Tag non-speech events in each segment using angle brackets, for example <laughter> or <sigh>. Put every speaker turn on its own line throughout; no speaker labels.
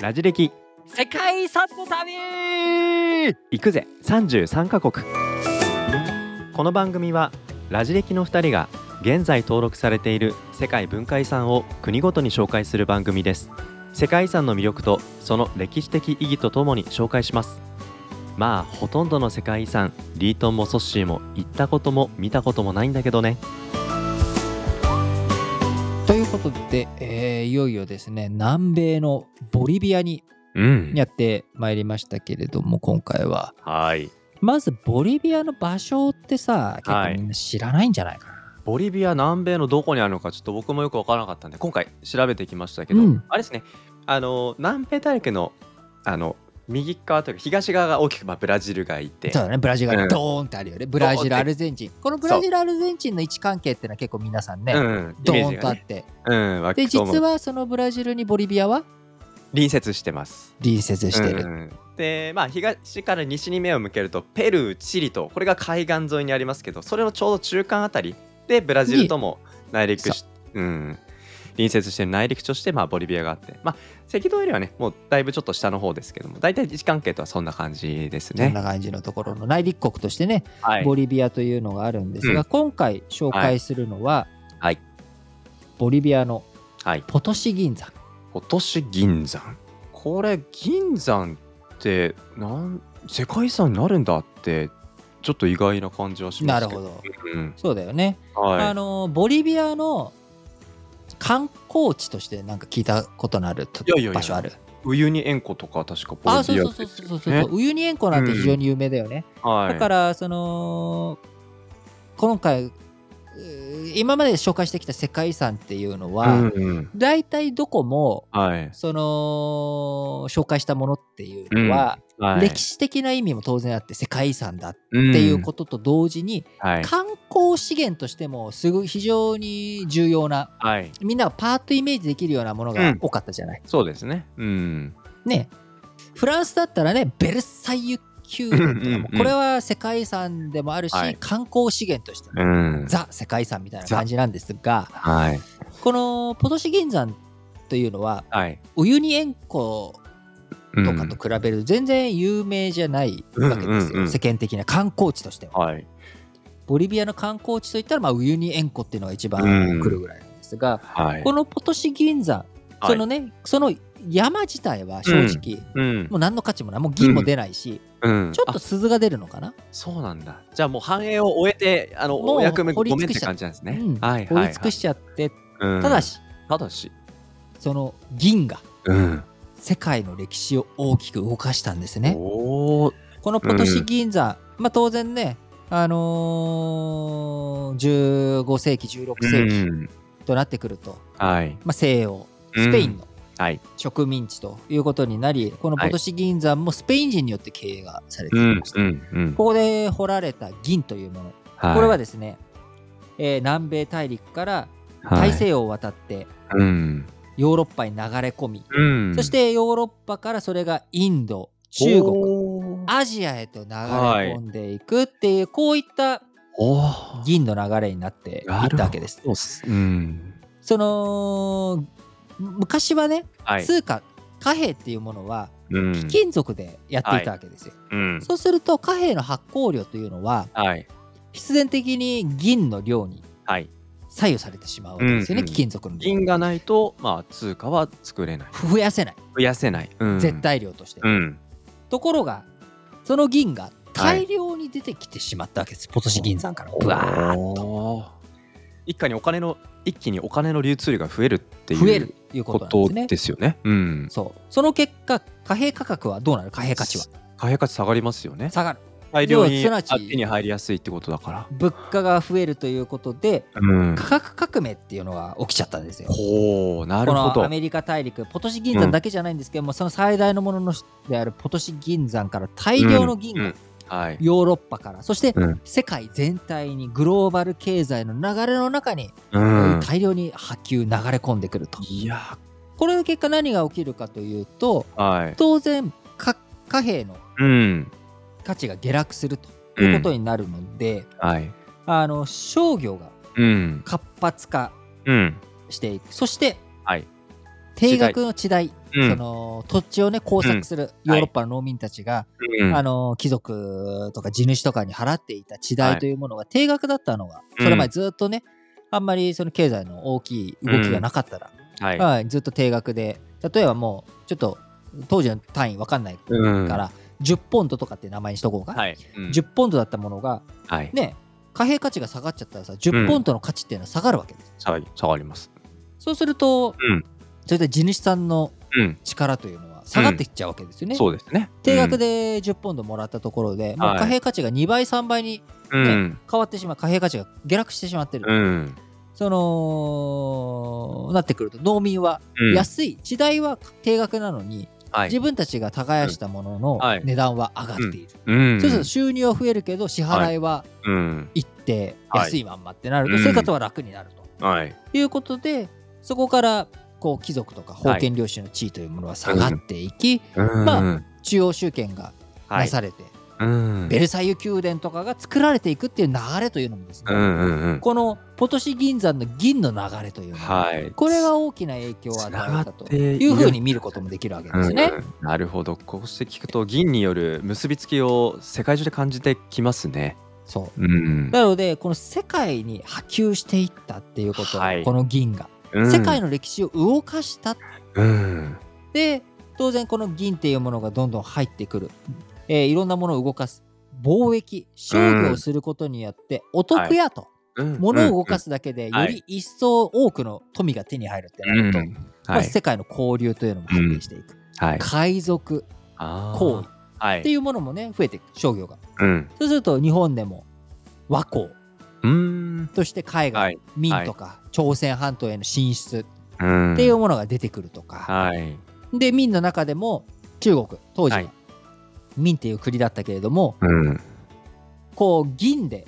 ラジ歴
世界遺産の旅
行くぜ33カ国この番組はラジ歴の2人が現在登録されている世界文化遺産を国ごとに紹介する番組です世界遺産の魅力とその歴史的意義とともに紹介しますまあほとんどの世界遺産リートンもソッシーも行ったことも見たこともないんだけどね
ということで、えーいよいよですね南米のボリビアに
うん
やってまいりましたけれども今回は
はい
まずボリビアの場所ってさ結
はい
構みんな知らないんじゃないかな、
ボリビア南米のどこにあるのかちょっと僕もよく分からなかったんで今回調べてきましたけど、
うん
あれですねあの南米大陸のあの右側というか東側が大きくまあブラジルがいて
そうだねブラジル
う
が
ん
ドーンってあるよね、ブラジルアルゼンチンこのブラジルアルゼンチンの位置関係ってのは結構皆さんね、
うん、イ
ド
メー
ー
ジ
ンと
が
あっ
ね、
て、
うん、湧
で
くと思う
実はそのブラジルにボリビアは
隣接してます。
隣接してる、
うんでまあ、東から西に目を向けるとペルーチリとこれが海岸沿いにありますけどそれのちょうど中間あたりでブラジルとも内陸し、うん、隣接してる内陸として、まあ、ボリビアがあって、まあ、赤道よりはねもうだいぶちょっと下の方ですけども大体位置関係とはそんな感じです
そん
ね。
な感じのところの内陸国としてね、
はい
ボリビアというのがあるんです
う
が、
ん
今回紹介するのは、
はい
ボリビアの
はい、
ポトシ銀山
今年銀山これ銀山ってなん世界遺産になるんだってちょっと意外な感じはしま
な
す
る
け
ほ
ど。
ど
うん
そうだよね、
はい、
あのボリビアの観光地としてなんか聞いたことのあると
いやいやいや
場所ある
ウユニ塩湖とか確かボ
あ
リ
そう
ビア
そうそうそうそうそう、ウユニ塩湖なんて非常に有名だよね、
はい、
だからその今回えー今まで紹介してきた世界遺産っていうのは、
うんうん
大体どこも
はい
その紹介したものっていうのは、
はい、
歴史的な意味も当然あって世界遺産だ
っ
っ
て
ていうことと同時に、
と、はい
観光資源としてもすごい非常に重要な
はい、
みんながパーッとイメージできるようなもの
う
が
ん
多かったじゃない。
そうですねうん
ねフランスだったらねベルサイユ宮殿とかも
うんうん
これは世界遺産でもあるし、
はい
観光資源としても、
うん
ザ世界遺産みたいな感じなんですが
はい
このポトシ銀山というのは
はい
ウユニ塩湖
うん
とかと比べると全然有名じゃないわけです
うん
よ、
うんうん
世間的な観光地としては
はい
ボリビアの観光地といったら、まあ、ウユニ塩湖っていうのが一番
うん
来るぐらいなんですが、
はい
このポトシ銀山そのね、その山自体は正直、
うん
もう何の価値もないもう銀も出ないし、
うん
ちょっ
あ
と鈴が出るのかな、
そうなんだじゃあもう繁栄を終えてあの
もう
お役目
掘り
ごめ
尽
んっ
く
て
しちゃ
感じなんです
う
ね、
ん
はい
追
はいい
尽くしちゃって、
はいうん
ただした
だし
その銀が
うん
世界の歴史を大きく動かしたんですね。
おお
このポトシ銀山、まあ当然ね、あのー、15世紀、16世紀
ん
となってくると、
はい
まあ、西洋、スペインの
はい
植民地ということになり、このポトシ銀山もスペイン人によって経営がされて
う
い
ん
ました。
うんうん
ここで掘られた銀というもの、
はい
これはですね、えー南米大陸から
はい
大西洋を渡って
うん
ヨーロッパに流れ込み、
うん
そしてヨーロッパからそれがインド、中国、
国
アジアへと流れ込んでいくっていう、こういった
おお
銀の流れになっていったわけです。
うん
その昔はね、
はい
通貨貨幣っていうものは
うん
貴金属でやっていたわけですよ。
うん
そうすると貨幣の発行量というのは
はい
必然的に銀の量に
はい
左右されてしまうわけですよね、
うんうん
貴金属の量
銀がないとまあ通貨は作れない
増やせない、
増やせない、うん
絶対量として。
うん
ところがその銀が大量に出てきてしまったわけです、ポトシ銀山からブワーッと
おー一家にお金の一気にお金の流通量が増えるっていう
増えるという
こ
こ
と
なん
と
ですね。
ですよねうん
そうその結果貨幣価格はどうなる貨幣価値は
貨幣価値下がりますよね
下がる
大量に
要は
あ
すなわち
手に入りやすいってことだか
物価が増えるということで
らうん
価格革命っていうのが起きちゃったんですよ。
ほうなる
こ
ほ
のア
ど
メリカ大陸ポトシ銀山だけじゃないんですけども、その最大のもののであるポトシ銀山から大量の銀
う
が
んはい
ヨーロッパから、そして
うん
世界全体にグローバル経済の流れの中に、
うん
大量に波及流れ込んでくると
いや
これの結果何が起きるかというと
はい
当然か貨幣の
うん
価値が下落するということになるので、
はい
あの商業が
うん
活発化
うん
していくそして、
はい
定額の地代
うん
その土地をね耕作するヨーロッパの農民たちが、
うん
あの貴族とか地主とかに払っていた地
は
代
い
というものが定額だったのが、
うん
それまでずっとねあんまりその経済の大きい動きがなかったら、
はい。
はい、ずっと定額で例えばもうちょっと当時の単位わかんないか
うん
ら、10ポンドとかって名前にしとこうか、
はい。うん
10ポンドだったものが
はい。
ね貨幣価値が下がっちゃったらさ10ポンドの価値っていうのは下がるわけです、
下がり下がります。
そうすると、
うん
それで地主さんの
うん。
力というのは下がってきちゃうわけですよね、
そうですね。
定額で10ポンドもらったところで、もう
はい
貨幣価値が2倍3倍に
うん。うん。
変わってしまう貨幣価値が下落してしまってる、
うん。
そのなってくると農民は
うん
安い、時代は定額なのに
はい。
自分たちが耕したもの
ん
の
はい
値段は上がっている、
うん。
そうすると収入は増えるけど支払いは
うん。
一定、
はい
安いまんまってなる
う
と、
ん
生活は楽になると
はい。
いうことでそこからこう貴族とか封建領主の地位というものは下がっていき、まあ
うん
中央集権が
は。
ないされて、
うん。
ベルサイユ宮殿とかが作られていくっていう流れというのもですね、
うんうんうん。
このポトシ銀山の銀の流れというのは、
はい。
これが大きな影響を与えたと
つながっている
いうふうに見ることもできるわけですね。
うんうんなるほど。こうして聞くと銀による結びつきを世界中で感じてきますね。
そう
うん。
なのでこの世界に波及していったっていうこと、
はい
この銀が、
うん
世界の歴史を動かした
うん。
で当然この銀っていうものがどんどん入ってくる、えーいろんなものを動かす貿易商業をすることによってお得やと、 <laughs> 物を動か
す。
すだけで
うんは
よ
い
り一層多くの富が手に入るって
う
なる
ん
と、ま
は
あ、
い。
世界の交流というのも発展していく、
はい。
海賊
あー
行為っ
はい
て。いうものもね増えていく商業が
うん。
そうすると日本でも和光
うん。
として海外、
はい。
民とか、朝鮮半島への進出
うん
っていうものが出てくるとか、
はい。
で民の中でも中国当時は、
はい
民っていう国だったけれども
うん。
こう銀で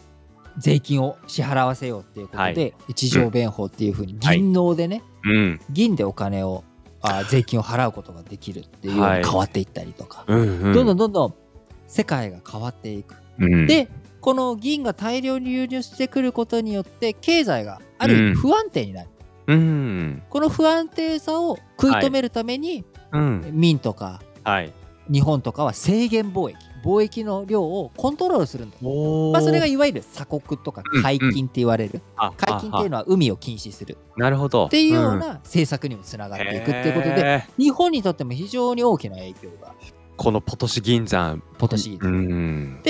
税金を支払わせようっていうことで、
は
一条弁法っていうふうに
はい
銀能でね、
うん。
銀でお金をあー税金を払うことができるっていうよう
は
に
い
変わっていったりとか、
うん。
どんど
ん。
んどんどん世界が変わっていく、
うん、
でこの銀が大量に流入してくることによって経済がある意
うん
味不安定になる、
うん。
この不安定さを食い止めるために、
うん。
民とか
はい。
日本とかは制限貿易貿易の量をコントロールするんだ、
お
まあ、それがいわゆる鎖国とか解禁って言われる、
が
解禁っていう
の
のは海を禁止する
なるほど。
っていうようんな政策にもつながっていくっていうことで、
へー
日本にとっても非常に大きな影響が
このポトシ銀山。
ポトシ銀、
うん。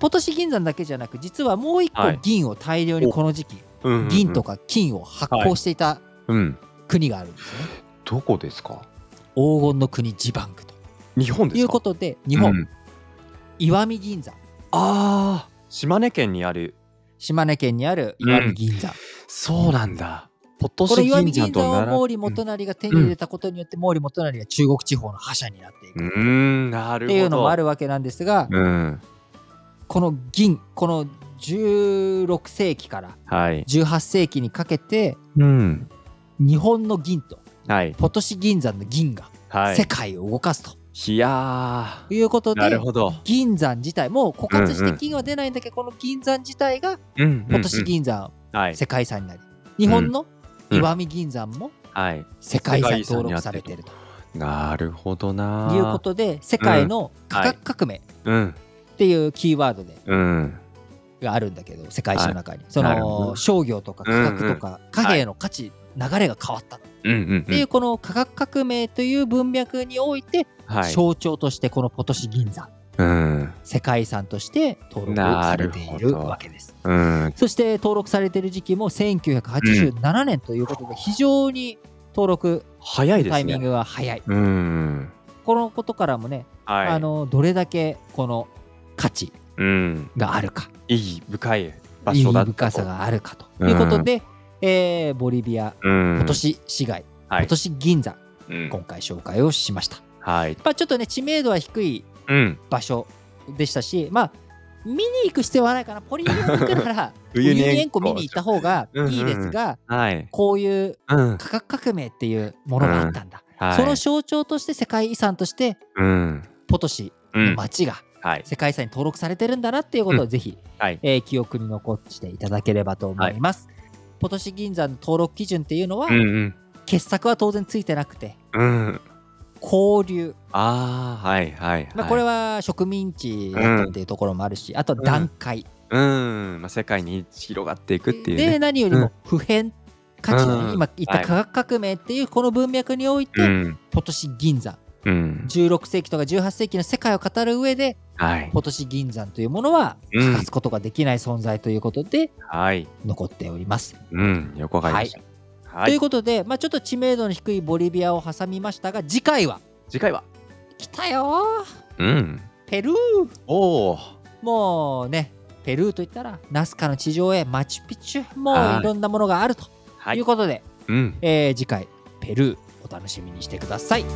ポトシ銀山だけじゃなく実はもう一個
はい
銀を大量にこの時期、
うん
銀と
か。
か金を発行していた
うん。
国があるんですよね、
どこですか
黄金の国ジバンクと
日本ですか
いうことで日本、
うん
石見銀山
ああ、島根県にある。
島根県にある石見銀山、
そうなんだ。ポト
こ
シ
れ石見
銀
銀
山と
山
奈良
を毛利元就が手に入れたことによって毛利元就が中国地方の覇者になっていく
う
っ
ん、なるほど。
ていうのもあ
る。
るわけなんですが、
うん。
この銀この16世紀から
はい。
18世紀にかけて
うん。
日本の銀と
はい。
ポトシ銀山の銀が
は
世
い。
界を動かすと
いや
いうこと
ー。
で、
なるほど。
銀山自体もう枯渇し
うん
て
うん
金は出ないんだけど、この銀山自体が
うん。
ポトシ銀山
うん。はい。
世界遺産になり、日本の
うん
石見銀山も
はい。
世界遺産に登録されていると
なるほどな。
いうことで世界の価格革命
と。うん。
っていうキーワードで
うん。が
があるんだけど世界史の中に、そ
なるほど
の商業とか価格とか貨幣の価値、流れが変わった
うんうん
っていうこの価格革命という文脈において
はい。
象徴としてこのポトシ銀山
うん。
世界遺産として登録されてい
なる
る
ほど
わけです
うん。
そして登録されている時期も1987年ということで非常に登録
早いで
タ
す
イミン
ね。
グが早い
うん。
このことからもね、
はい。
あのどれだけこの価値
うん。
があるか
意義深い場
意
所だ
義
と
深さ。があるかということで、えーボリビア
うん。
今年市街、
はい
今年銀座、
うん。
今回紹介をしました。
はい。
まあ、ちょっとね、知名度は低い
うん。
場所でしたし、まあ、見に行く必要はないかな、ポリビアに行くなら、ウ
冬
ユ
に
ニ
え
エ
ん
ン
こ
コ見に行った方がいいですが、
はい。
こういう
うん。
価格革命っていうものがあったんだ。
はい。
その象徴として世界遺産として、
うん。
ポトシ
う
の
ん。
街が
はい。
世界遺産に登録されてるんだなっていうことをぜひ、
はい。
えー記憶に残していただければと思います。ポトシ銀座の登録基準っていうのは、
うんうん。
傑作は当然ついてなくて、
うん。
交流、
ああはいはいはい、
まあ、これは植民地だったっていうところもあるし、あとは段階、
うん、まあ、世界に広がっていくっていう
で
ね。
何よりも普遍価値の、
うん
今言った科学革命っていうこの文脈において、
うん
ポトシ銀山
うん、
16世紀とか18世紀の世界を語る上で
はい、
ポトシ銀山というものは
うん
欠かすことができない存在ということで
はい、
残っております。
うん、横がいました。は
とい、
いう
ことで、まあ、ちょっと知名度の低いボリビアを挟みましたが次回は
次回は、
来たよー
うん、
ペルー
おお、
もうねペルーといったらナスカの地上へマチュピチュも
はいう
いろんなものがあると、
はいいう
ことで、
うん、
えー次回ペルーお楽しみにしてください。